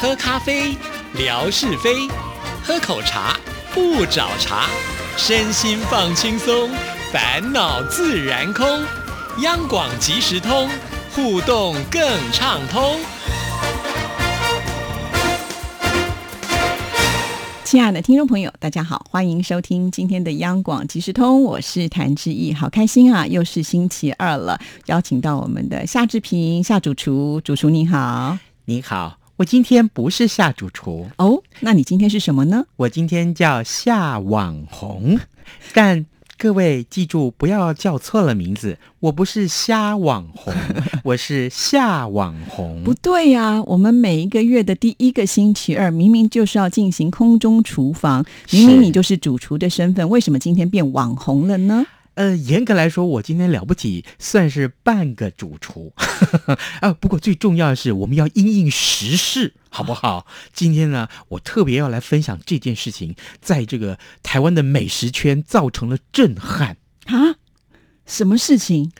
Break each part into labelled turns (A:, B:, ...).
A: 喝咖啡，聊是非；喝口茶，不找茬。身心放轻松，烦恼自然空。央广即时通，互动更畅通。
B: 亲爱的听众朋友，大家好，欢迎收听今天的央广即时通，我是谭志毅，好开心啊，又是星期二了，邀请到我们的夏志平夏主厨，主厨你好，
C: 你好，我今天不是夏主厨，
B: 哦，那你今天是什么呢？
C: 我今天叫夏网红，但各位记住不要叫错了名字，我不是虾网红，我是夏网红。
B: 不对呀、我们每一个月的第一个星期二，明明就是要进行空中厨房，明明
C: 是
B: 你就是主厨的身份，为什么今天变网红了呢？
C: 呃，严格来说，我今天了不起，算是半个主厨 啊。不过最重要的是，我们要因应时事，好不好？今天呢，我特别要来分享这件事情，在这个台湾的美食圈造成了震撼。
B: 啊，什么事情？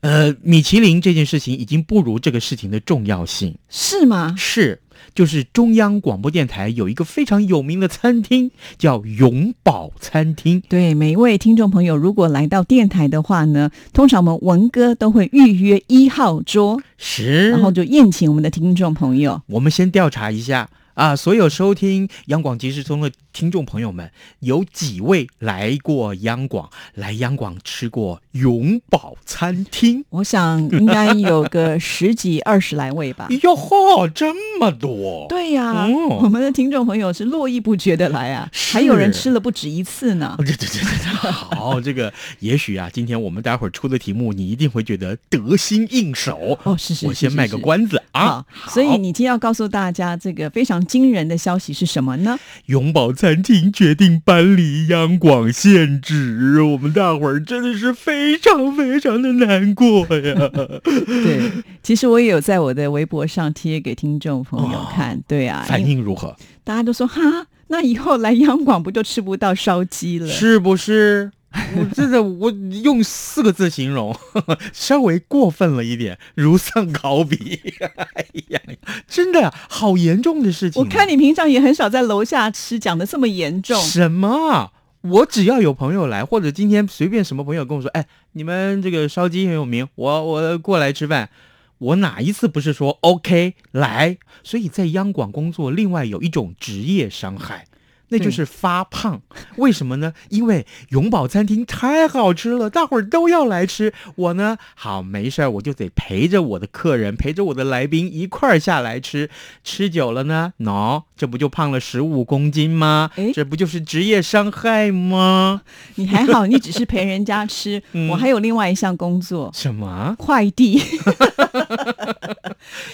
C: 呃，米其林这件事情已经不如这个事情的重要性。
B: 是吗？
C: 是，就是中央广播电台有一个非常有名的餐厅叫永宝餐厅。
B: 对，每一位听众朋友，如果来到电台的话呢，通常我们文哥都会预约一号桌，
C: 是
B: 然
C: 然
B: 后
C: 后
B: 就宴请我们的听众朋 友。
C: 我们先调查一下啊，所有收听央广即时通的听众朋友们，有几位来过央广，来央广吃过永宝餐厅？
B: 我想应该有个十几二十来位 吧。
C: 哟呵，这么多！
B: 对呀、
C: 哦
B: 我们的听众朋友是络绎不绝的来啊，
C: 是
B: 还有人吃了不止一次呢
C: 哦。 对对对对对，好，这个也许啊，今天我们待会儿出的题目，你一定会觉得得心应 手。
B: 哦，是是是
C: 我先卖个。
B: 是是
C: 关子啊
B: 好，，所以你今天要告诉大家这个非常惊人的消息是什么 呢？
C: 永宝餐厅决定搬离央广现址，我们大伙儿真的是非常非常的难过呀。
B: 对，其实我也有在我的微博上贴给听众朋友看。对啊，因为
C: 哦反应如何？
B: 大家都说哈，那以后来央广不就吃不到烧鸡了？
C: 是不是？我真的，我用四个字形容， 稍微过分了一点，如丧考妣。 哎呀，真的好严重的事情
B: 我
C: 啊。
B: 看你平常也很少在楼下吃，讲的这么严重。
C: 什么？我只要有朋友来，或者今天随便什么朋友跟我说，哎，你们这个烧鸡很有名，我我过来吃饭。我哪一次不是说 OK 来？所以在央广工作，另外有一种职业伤害，那就是发胖。为什么呢？因为永宝餐厅太好吃了，大伙儿都要来吃。我呢，好没事儿，我就得陪着我的客人，陪着我的来宾一块儿下来吃。吃久了呢，喏、这不就胖了十五公斤吗
B: 诶？
C: 这不就是职业伤害吗？
B: 你还好，你只是陪人家吃。
C: 嗯
B: 我还有另外一项工作，
C: 什么？
B: 快 递。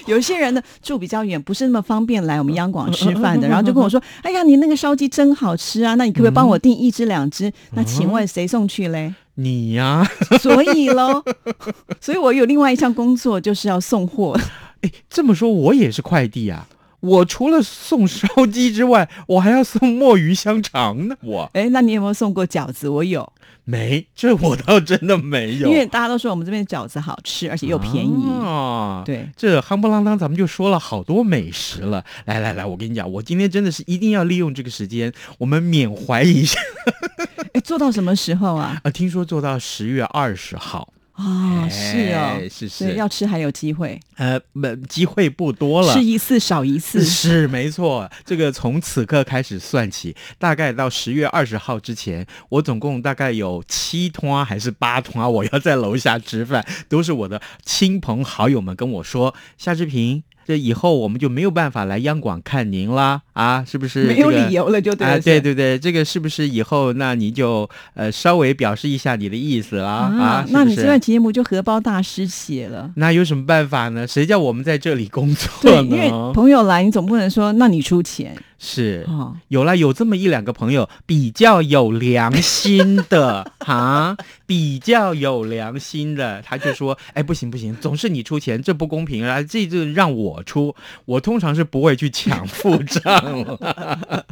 B: 有一些人呢住比较远，不是那么方便来我们央广吃饭 的，然后就跟我说：“哎呀，你那个烧鸡真好吃啊，那你可不可以帮我订一只两
C: 嗯
B: 只？”那请问谁送去嘞？
C: 你呀、
B: 所以喽，所以我有另外一项工作就是要送货。
C: 哎，这么说我也是快递啊。我除了送烧鸡之外，我还要送墨鱼香肠呢。我
B: 哎，那你有没有送过饺子？我有，
C: 没，这我倒真的没有。
B: 因为大家都说我们这边的饺子好吃，而且又便宜。
C: 啊、
B: 对，
C: 这夯不啷当，咱们就说了好多美食了。来来来，我跟你讲，我今天真的是一定要利用这个时间，我们缅怀一下。
B: 哎，做到什么时候啊？
C: 啊，听说做到十月二十号，
B: 哦，是
C: 哎
B: 哦，
C: 是
B: 所以
C: 是，
B: 要吃还有机会，
C: 呃，没机会不多了
B: 吃。一次少一次。
C: 是没错，这个从此刻开始算起，大概到十月二十号之前，我总共大概有七团还是八团，我要在楼下吃饭，都是我的亲朋好友们跟我说，夏志平，这以后我们就没有办法来央广看您啦，啊，是不是、
B: 没有
C: 这个
B: 理由了，就对了。
C: 啊，对
B: 是吧
C: 对对，这个是不是以后那你就呃稍微表示一下你的意思啦啊
B: 啊，
C: 是
B: 那
C: 不
B: 你
C: 是
B: 这段节目就荷包大失血 了。
C: 那有什么办法呢？谁叫我们在这里工作
B: 对，
C: 呢？
B: 因为朋友来，你总不能说那你出钱
C: 是
B: 哦。
C: 有啦，有这么一两个朋友比较有良心的 哈，比较有良心的，他就说，哎，不行不行，总是你出钱，这不公平啊，这 就让我出，我通常是不会去抢付账了。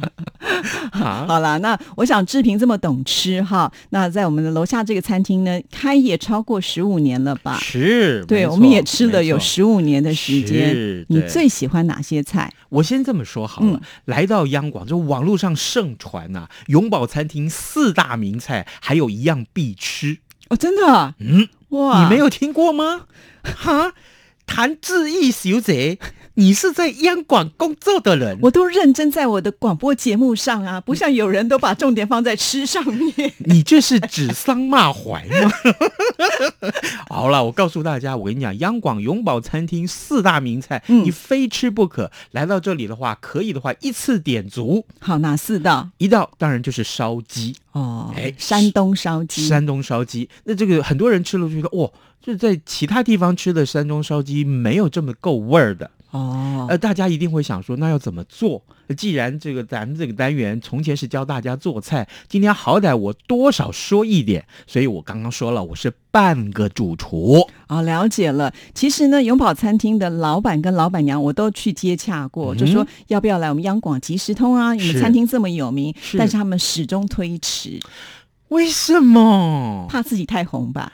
C: 啊，
B: 好啦，那我想志平这么懂吃哈，那在我们的楼下这个餐厅呢，开业超过十五年了吧？
C: 是，没
B: 啊对，
C: 错
B: 我们也吃了
C: 没
B: 有
C: 错
B: 十五年的时间。
C: 是
B: 你
C: 对
B: 最喜欢哪些菜？
C: 我先这么说好了，
B: 嗯
C: 来到央广，就网络上盛传呐、永宝餐厅四大名菜，还有一样必吃，
B: 哦，真的
C: 嗯，
B: 哇！
C: 你没有听过吗？哈，谭志毅小姐，你是在央广工作的人，
B: 我都认真在我的广播节目上啊，不像有人都把重点放在吃上面。
C: 你这是指桑骂槐吗？ 好了，我告诉大家，我跟你讲，央广永宝餐厅四大名菜，
B: 嗯
C: 你非吃不可。来到这里的话，可以的话一次点足，
B: 好，哪四道？
C: 一道当然就是烧鸡。
B: 哦，
C: 哎
B: 山东烧鸡。
C: 山东烧鸡，那这个很多人吃了就觉得，哦，这在其他地方吃的山东烧鸡没有这么够味儿的。
B: 哦，
C: 呃，大家一定会想说，那要怎么做？呃既然这个咱们这个单元从前是教大家做菜，今天好歹我多少说一点，所以我刚刚说了，我是半个主厨。
B: 哦，了解了。其实呢，永宝餐厅的老板跟老板娘我都去接洽过，
C: 嗯
B: 就说要不要来我们央广即时通啊？你们
C: 是
B: 餐厅这么有名，
C: 是
B: 但是他们始终推迟，
C: 为什么？
B: 怕自己太红吧？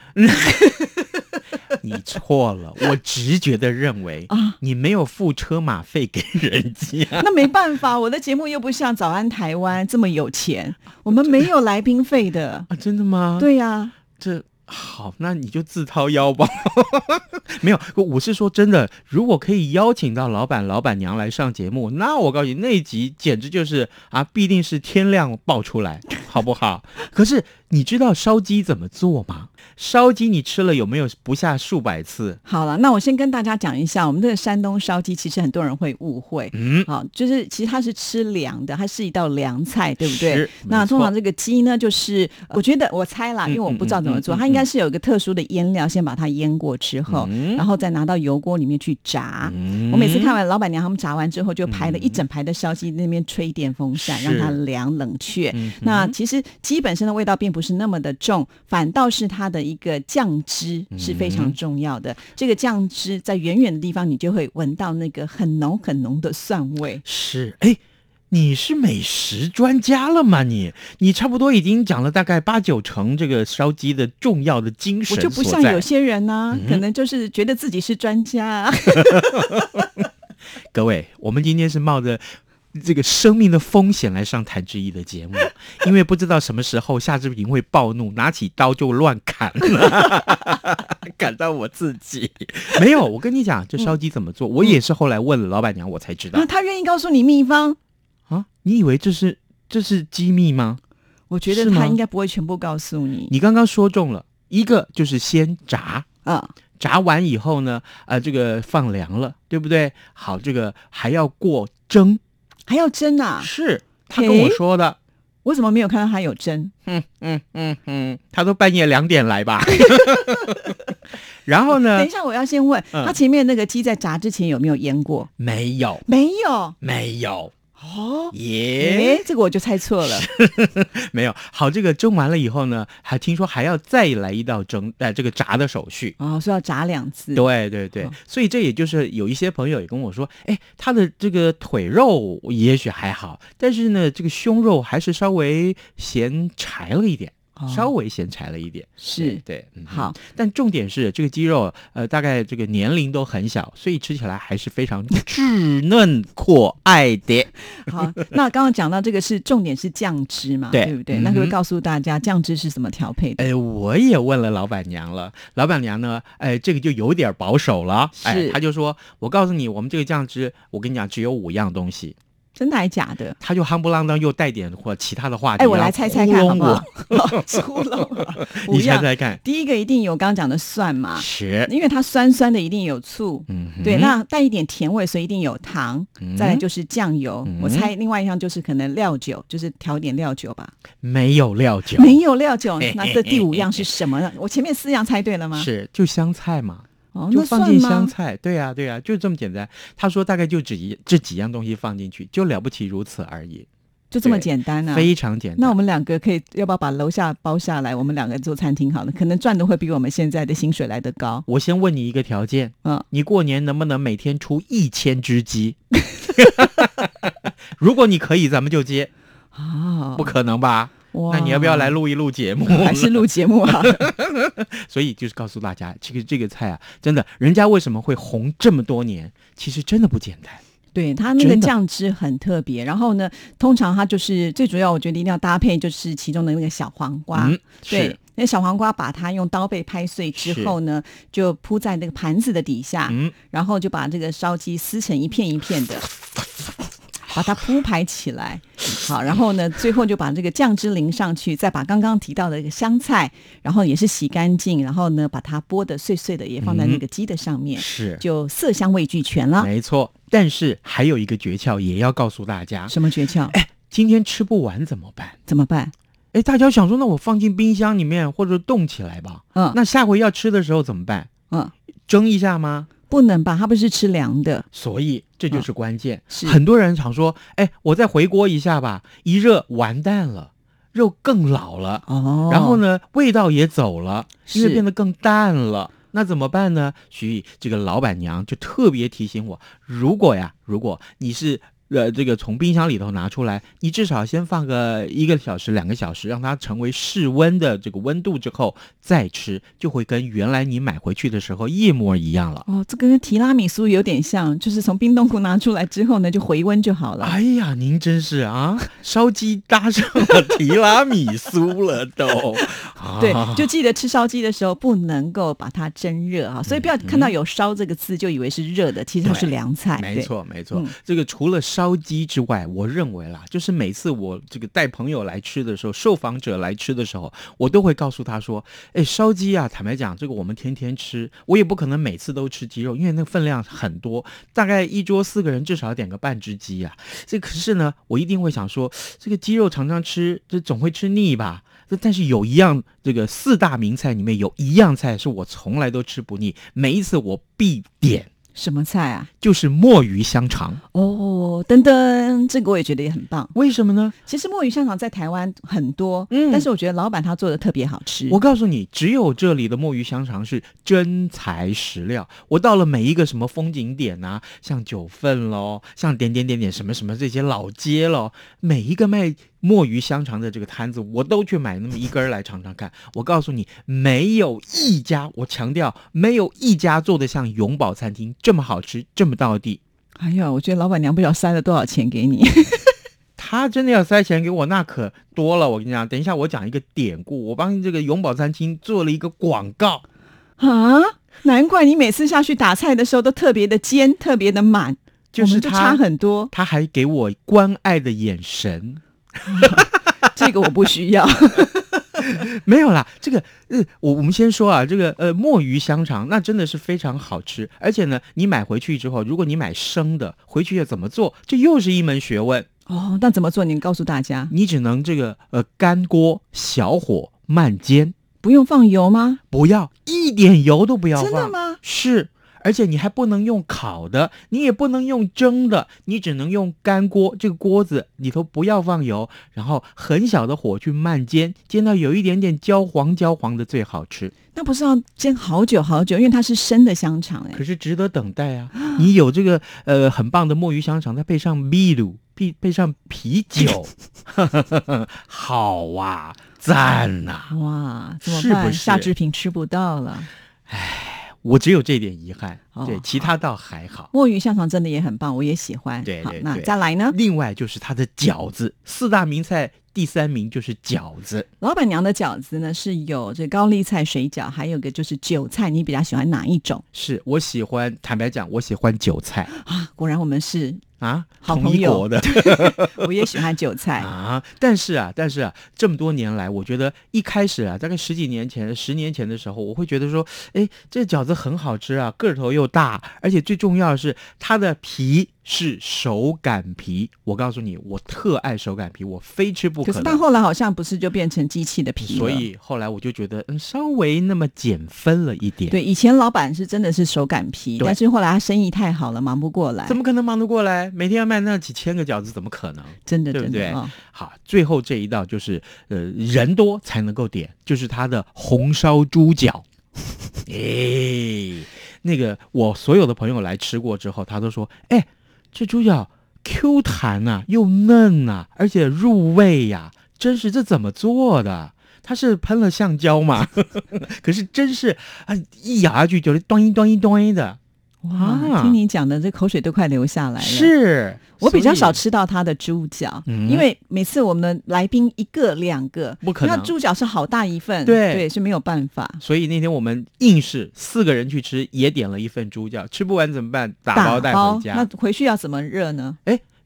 C: 你错了，我直觉的认 为
B: 啊，
C: 你没有付车马费给人家。
B: 那没办 法，我的节目又不像《早安台湾》这么有钱，我们没有来宾费的。
C: 啊，真的吗？
B: 对呀、
C: 这好，那你就自掏腰包。 没有，我是说真的，如果可以邀请到老板、老板娘来上节目，那我告诉你，那一集简直就是啊，必定是天亮爆出来，好不好？可是你知道烧鸡怎么做吗？烧鸡你吃了有没有不下数百次？
B: 好了，那我先跟大家讲一下，我们的山东烧鸡其实很多人会误会。
C: 嗯，
B: 好，就是其实它是吃凉的，它是一道凉菜，对不对
C: 是？
B: 那
C: 没错
B: 通常这个鸡呢，就是呃我觉得我猜啦，
C: 嗯
B: 因为我不知道怎么做，
C: 嗯嗯嗯
B: 它应该是有一个特殊的腌料，先把它腌过之后，
C: 嗯
B: 然后再拿到油锅里面去炸。
C: 嗯
B: 我每次看完老板娘他们炸完之后，就排了一整排的烧鸡那边吹电风扇，
C: 是
B: 让它凉冷却。
C: 嗯
B: 那其实鸡本身的味道并不是那么的重，反倒是它的一个酱汁是非
C: 嗯
B: 常重要的。这个酱汁在远远的地方，你就会闻到那个很浓很浓的蒜味。
C: 是哎。你是美食专家了吗？你你差不多已经讲了大概八九成这个烧鸡的重要的精神
B: 我就不
C: 所
B: 像
C: 在嗯
B: 有些人呢、可能就是觉得自己是专家、啊
C: 各位，我们今天是冒着这个生命的风险来上谭志毅的 节目，因为不知道什么时候夏志平会暴怒，拿起刀就乱砍了， 砍到我嗯自己。没有，我跟你讲，这烧鸡怎么做，我也是后来问了老板娘，我才知道
B: 那 他愿意告诉你秘方，
C: 啊。你以为这是这是机密吗？
B: 我觉得
C: 是吗
B: 他应该不会全部告诉你
C: 你刚刚说中了，一个就是先炸，
B: 啊。
C: 炸完以后呢，呃，这个放凉了，对不对？好，这个还要过蒸，
B: 还要蒸啊？
C: 是他跟我
B: 诶
C: 说的。
B: 我怎么没有看到他有蒸？
C: 嗯嗯嗯，他都半夜两点来吧。然后呢
B: 等一？下，我要先问、
C: 嗯
B: 他前面那个鸡在炸之前有没有腌过？
C: 没有，
B: 没有
C: 没有，
B: 哦。
C: 耶、
B: 诶，这个我就猜错了。
C: 没有。好，这个蒸完了以后呢，还听说还要再来一道蒸，呃，这个炸的手续。
B: 哦，说要炸两次。
C: 对对对
B: 嗯，
C: 所以这也就是有一些朋友也跟我说，哎，他的这个腿肉也许还好，但是呢，这个胸肉还是稍微嫌柴了一点，
B: 哦
C: 稍微嫌柴了一点。
B: 是
C: 对，对嗯哼
B: 好，
C: 但重点是这个鸡肉，呃，大概这个年龄都很小，所以吃起来还是非常稚嫩可爱的。
B: 好，那刚刚讲到这个是重点是酱汁嘛，
C: 对
B: 不对？那可不可
C: 嗯
B: 以
C: 哼
B: 告诉大家酱汁是怎么调配的？
C: 哎，我也问了老板娘了，老板娘呢，哎，这个就有点保守了，哎
B: 是，
C: 她就说，我告诉你，我们这个酱汁，我跟你讲，只有五样东西。
B: 真的还假的？
C: 她就夯不啷当又带点或其他的话题，
B: 哎，我来
C: 啊要
B: 猜猜
C: 糊
B: 看
C: 弄
B: 好不
C: 我，
B: 好？ 好出笼啊
C: 你
B: 五
C: 猜
B: 样。
C: 猜看，
B: 第一个一定有刚刚讲的蒜嘛，
C: 十，
B: 因为它酸酸的，一定有醋。
C: 嗯哼，
B: 对，那带一点甜味，所以一定有糖。
C: 嗯
B: 再来就是酱油，
C: 嗯
B: 我猜另外一项就是可能料酒，就是调点料酒吧。
C: 没有料酒，
B: 没有料酒
C: 嘿嘿，
B: 那这第五样是什么呢？我前面四样猜对了吗？
C: 哎是就香菜嘛，
B: 哦，
C: 就
B: 那
C: 放
B: 算
C: 进香
B: 吗？
C: 菜，对呀、对呀、就这么简单。他说大概就只一这几样东西放进去，就了不起如此而已，
B: 就这么
C: 对
B: 简单啊。
C: 非常简单。
B: 那我们两个可以要不要把楼下包下来？我们两个做餐厅好了，可能赚的会比我们现在的薪水来得高。
C: 我先问你一个条件，
B: 嗯，
C: 你过年能不能每天 出一千只鸡？如果你可以，咱们就接。
B: 哦，
C: 不可能吧？
B: 嗯哇
C: 那你要不要来？录一录 节目？
B: 哦还是录节目 啊？
C: 所以就是告诉大家，这个这个菜啊，真的，人家为什么会红这么多年，其实真的不简单。
B: 对它那个
C: 真的
B: 酱汁很特别，然后呢，通常它就是最主要，我觉得一定要搭配就是其中的那个小黄瓜，
C: 嗯，
B: 对
C: 是，，
B: 那小黄瓜把它用刀背拍碎之后呢，就铺在那个盘子的底下，
C: 嗯，
B: 然后就把这个烧鸡撕成一片一片的，把它铺排起来。好，然后呢，最后就把这个酱汁淋上去，再把刚刚提到的这个香菜，然后也是洗干净，然后呢，把它剥的碎碎的，也放在那个鸡的上面，
C: 是，
B: 就色香味俱全了。
C: 没错。但是还有一个诀窍也要告诉大家，
B: 什么诀窍？
C: 今天吃不完怎么办？
B: 怎么办？
C: 哎，大家想说，那我放进冰箱里面或者冻起来吧。
B: 嗯
C: 那下回要吃的时候怎么办？
B: 嗯，
C: 蒸一下吗？
B: 不能吧？它不是吃凉的，
C: 所以这就是关键。
B: 是
C: 很多人常说，哎，我再回锅一下吧，一热完蛋了，肉更老了。
B: 哦。
C: 然后？呢，味道也走了，因为
B: 是
C: 变得更淡了。那怎么办呢？所以这个老板娘就特别提醒我，如果呀，如果你是呃这个从冰箱里头拿出来，你至少先放个一个小时、两个小时，让它成为室温的这个温度之后再吃，就会跟原来你买回去的时候一模一样了。
B: 哦，这个跟提拉米苏有点像，就是从冰冻库拿出来之后呢，就回温就好了。
C: 哎呀，您真是 啊，烧鸡搭上了提拉米苏了都。啊
B: 对，就记得吃烧鸡的时候不能够把它蒸热啊，所以不
C: 嗯
B: 要看到有“烧”这个字就以为是热的，其实它是凉菜。
C: 没
B: 对，
C: 错，没错。
B: 嗯
C: 这个除了烧鸡之外，我认为啦，就是每次我这个带朋友来吃的时候，受访者来吃的时候，我都会告诉他说：“哎，烧鸡啊，坦白讲，这个我们天天吃，我也不可能每次都吃鸡肉，因为那个分量很多，大概一桌四个人至少要点个半只鸡啊。这可是呢，我一定会想说，这个鸡肉常常吃，这总会吃腻吧。”这但是有一样，这个四大名菜里面有一样菜是我从来都吃不腻，每一次我必点，
B: 什么菜啊？
C: 就是墨鱼香肠。
B: 哦，等等，这个我也觉得也很棒。
C: 为什么呢？
B: 其实墨鱼香肠在台湾很多，
C: 嗯
B: 但是我觉得老板他做的特别好吃。
C: 我告诉你，只有这里的墨鱼香肠是真材实料。我到了每一个什么风景点啊，像九份喽，像点点点点什么什么这些老街喽，每一个卖墨鱼香肠的这个摊子，我都去买那么一根儿来尝尝看。我告诉你，没有一家，我强调，没有一家做的像永宝餐厅这么好吃，这么到地。
B: 哎呀，我觉得老板娘不知道塞了多少钱给你。
C: 他真的要塞钱给我，那可多了。我跟你讲，等一下我讲一个典故，我帮这个永宝餐厅做了一个广告。
B: 啊，难怪你每次下去打菜的时候都特别的尖，特别的满，
C: 就
B: 我
C: 是
B: 们就
C: 他。
B: 差很多
C: 他还给我关爱的眼神。
B: 这个我不需要。
C: 没有啦，这个呃，我我们先说啊，这个呃，墨鱼香肠那真的是非常好吃，而且呢，你买回去之后，如果你买生的，回去要怎么做，这又是一门学问。
B: 哦，那怎么做？您告诉大家，
C: 你只能这个呃，干锅小火慢煎，
B: 不用放油吗？
C: 不要一点油都不要放。
B: 真的吗？
C: 是，而且你还不能用烤的，你也不能用蒸的，你只能用干锅。这个锅子里头不要放油，然后很小的火去慢煎，煎到有一点点焦黄焦黄的最好吃。
B: 那不是要煎好久好久，因为它是生的香肠哎、
C: 可是值得等待啊！你有这个呃很棒的墨鱼香肠，再配上秘鲁，配配上啤酒， 好啊，赞呐、
B: 哇，怎么
C: 是不
B: 办？
C: 是
B: 夏志平吃不到了。
C: 我只有这点遗憾，
B: 哦
C: 对，其他倒还好。
B: 墨鱼香肠真的也很棒，我也喜欢。
C: 对
B: 好
C: 对，
B: 那
C: 对
B: 再来呢？
C: 另外就是它的饺子，四大名菜第三名就是饺子。
B: 老板娘的饺子呢是有这高丽菜水饺，还有个就是韭菜，你比较喜欢哪一种
C: 是我喜欢，坦白讲，我喜欢韭菜
B: 啊？果然我们是，
C: 啊，
B: 好
C: 同
B: 朋
C: 一
B: 友
C: 国的
B: 我也喜欢韭菜。
C: 啊。但是啊，但是啊，这么多年来，我觉得一开始啊，大概十几年前、十年前的时候，我会觉得说，哎，这饺子很好吃啊，个头又大，而且最重要的是它的皮是手擀皮。我告诉你，我特爱手擀皮，我非吃不
B: 可
C: 可。
B: 是到后来好像不是就变成机器的皮了。
C: 所以后来我就觉得，嗯，稍微那么减分了一点。
B: 对，以前老板是真的是手擀皮，
C: 对
B: 但是后来他生意太好了，忙不过来
C: 怎。么可能忙得过来？每天要卖那几千个饺子，怎么可能？
B: 真的，
C: 对不
B: 真的
C: 对
B: 啊，
C: 好，最后这一道就是呃人多才能够点，就是它的红烧猪脚。 哎，那个我所有的朋友来吃过之后，他都说，哎，这猪脚 Q 弹呐、又嫩呐、而且入味呀、真是这怎么做的？它是喷了橡胶嘛？ 可是真是啊，一咬下去就是咚一咚一咚一的，
B: 哇，
C: 啊
B: 听你讲的，这口水都快流下来了。
C: 是
B: 我比较少
C: 吃。
B: 吃到它的猪脚，
C: 嗯
B: 因为每次我们的来宾一个两个，
C: 不可能
B: 那猪脚是好大一份，
C: 对
B: 对，是没有办法。
C: 所以那天我们硬是四个人去吃，也点了一份猪脚，吃不完怎么办？打包带回
B: 那
C: 家。
B: 回去要怎么热呢？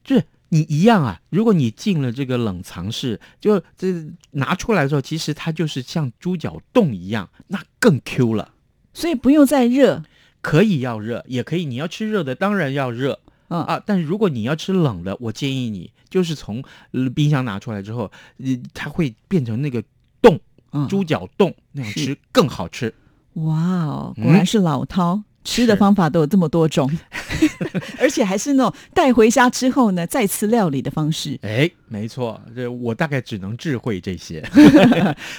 C: 就是你一样啊，如果你进了这个冷藏室，就这拿出来的时候，其实它就是像猪脚冻一样，那更 Q 了。
B: 所以不用再热，
C: 可以要热，也可以你要吃热的，当然要热
B: 嗯，
C: 啊。但如果你要吃冷的，我建议你就是从呃冰箱拿出来之后，呃，它会变成那个冻，
B: 嗯
C: 猪脚冻那样
B: 是
C: 吃更好吃。
B: 哇哦，果然
C: 嗯
B: 是老饕。吃的
C: 是
B: 方法都有这么多种， 而且还是那种带回家之后呢再次料理的方式。
C: 哎，没错，这我大概只能智慧这 些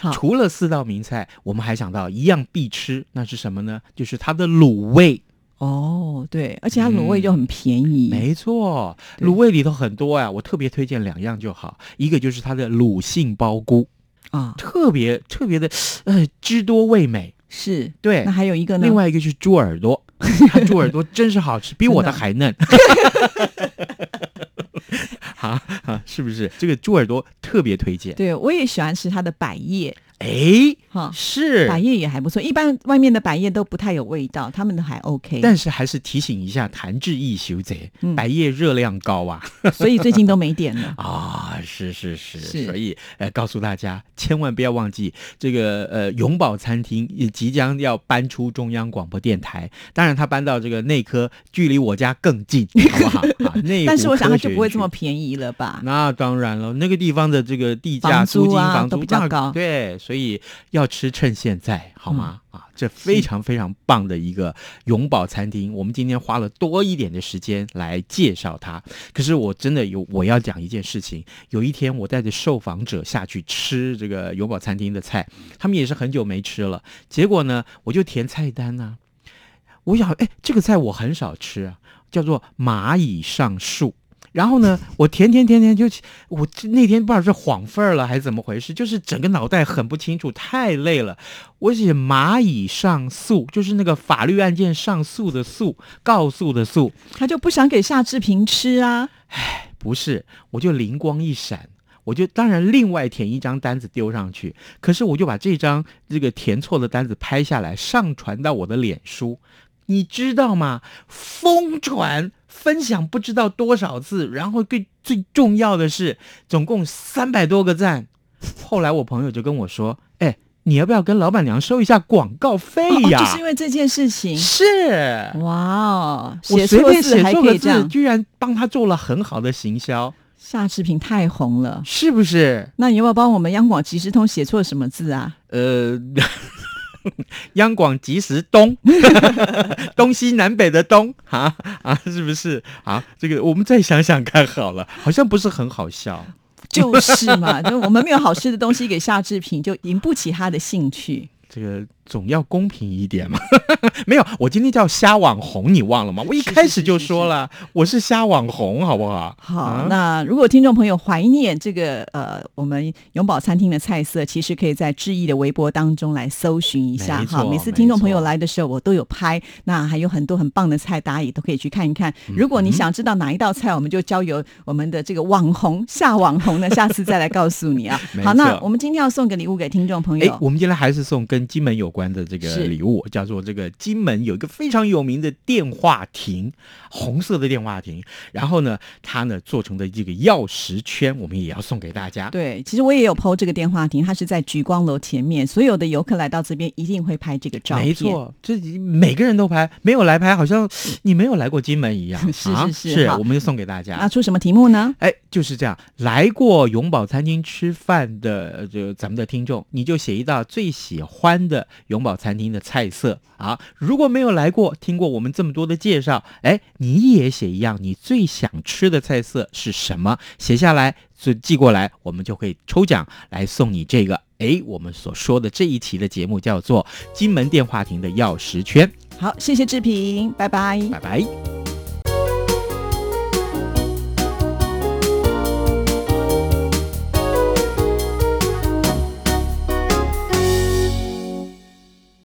B: 好。
C: 除了四道名菜，我们还想到一样必吃，那是什么呢？就是它的卤味。
B: 哦，对，而且它卤味就很便宜，
C: 嗯没错，
B: 对
C: 卤味里头很多呀、我特别推荐两样就好，一个就是它的卤杏鲍菇，
B: 啊，
C: 特别特别的，呃，汁多味美。
B: 是。
C: 对
B: 那，还有一个呢？
C: 另外一个就是猪耳朵，它猪耳朵真是好 吃，比我的还嫩。啊啊，是不是？这个猪耳朵特别推荐。
B: 对我也喜欢吃它的百叶，
C: 哎，
B: 哈，
C: 是，
B: 百叶也还不错。一般外面的百叶都不太有味道，他们的还 OK。
C: 但是还是提醒一下谭志毅修贼
B: 嗯，
C: 百叶热量 高啊！。
B: 所以最近都没点了
C: 啊、是是是，
B: 是
C: 所以呃，告诉大家千万不要忘记这个呃永宝餐厅也即将要搬出中央广播电台，当然它搬到这个内科，距离我家更近，好不 好？啊、内湖
B: 但是我想它
C: 科学
B: 就不会这么
C: 园区。
B: 便宜了吧？
C: 那当然了，那个地方的这个地价、
B: 房租
C: 租金、
B: 啊
C: 房租
B: 都比较
C: 那
B: 高
C: 对，所以要吃趁现在，好吗？啊，这非常非常棒的一个永宝餐厅，我们今天花了多一点的时间来介绍它。可是我真的有我要讲一件事情，有一天我带着受访者下去吃这个永宝餐厅的菜，他们也是很久没吃了，结果呢，我就填菜单呐、我想，哎，这个菜我很少吃啊，叫做蚂蚁上树。然后呢，我填填填填就，我这那天不知道是晃份儿了还是怎么回事，就是整个脑袋很不清楚，太累了。我写蚂蚁上诉，就是那个法律案件上诉的诉，告诉的诉，
B: 他就不想给夏志平吃啊。
C: 不是，我就灵光一闪，我就当然另外填一张单子丢上去，可是我就把这张这个填错的单子拍下来，上传到我的脸书，你知道吗？疯传分享不知道多少次，然后最最重要的是，总共三百多个赞。后来我朋友就跟我说：“哎，你要不要跟老板娘收一下广告费
B: 哦
C: 哎呀？”
B: 就是因为这件事情，
C: 是
B: 哇哦，
C: 我
B: 写
C: 随
B: 错
C: 便
B: 字
C: 写
B: 还
C: 错
B: 可
C: 个
B: 以这
C: 字，
B: 样。
C: 居然帮他做了很好的行销，
B: 夏志平太红了，
C: 是不是？
B: 那你要不要帮我们央广即时通写错什么字 啊？
C: 呃，央广即时东， 东西南北的东，啊啊，是不是？啊，这个我们再想想看好了，好像不是很好笑。
B: 就是嘛，就我们没有好吃的东西给夏志平，就引不起他的兴趣。
C: 这个总要公平一点嘛， 没有，我今天叫虾网红，你忘了吗？我一开始就说了，我是虾网红，好不好？
B: 好，
C: 啊
B: 那如果听众朋友怀念这个呃，我们永宝餐厅的菜色，其实可以在志毅的微博当中来搜寻一下
C: 没
B: 哈。
C: 错
B: 每次听众朋友
C: 没错
B: 来的时候，我都有拍，那还有很多很棒的菜，大家也都可以去看一看。
C: 嗯
B: 如果你想知道哪一道菜，我们就交由我们的这个网红夏网红呢，下次再来告诉你啊
C: 没。错
B: 好，那我们今天要送个礼物给听众朋
C: 哎
B: 友，，
C: 我们今天还是送跟金门有关的这个
B: 是
C: 礼物，叫做这个金门有一个非常有名的电话亭，红色的电话亭。然后呢，它呢做成的这个钥匙圈，我们也要送给大家。
B: 对，其实我也有 PO 这个电话亭，它是在橘光楼前面，所有的游客来到这边一定会拍这个照片。
C: 没错，这每个人都拍，没有来拍，好像你没有来过金门一样。
B: 是
C: 啊
B: 是是
C: 是
B: 好
C: 我们就送给大
B: 那
C: 家。
B: 出什么题目呢？
C: 哎，就是这样。来过永宝餐厅吃饭的，呃就咱们的听众，你就写一道最喜欢的永宝餐厅的菜色啊。如果没有来过，听过我们这么多的介绍，哎，你也写一样，你最想吃的菜色是什么？写下来，就寄过来，我们就会抽奖来送你这个。哎，我们所说的这一期的节目叫做《金门电话亭的钥匙圈
B: 好，谢谢志平，拜拜》，。
C: 拜拜。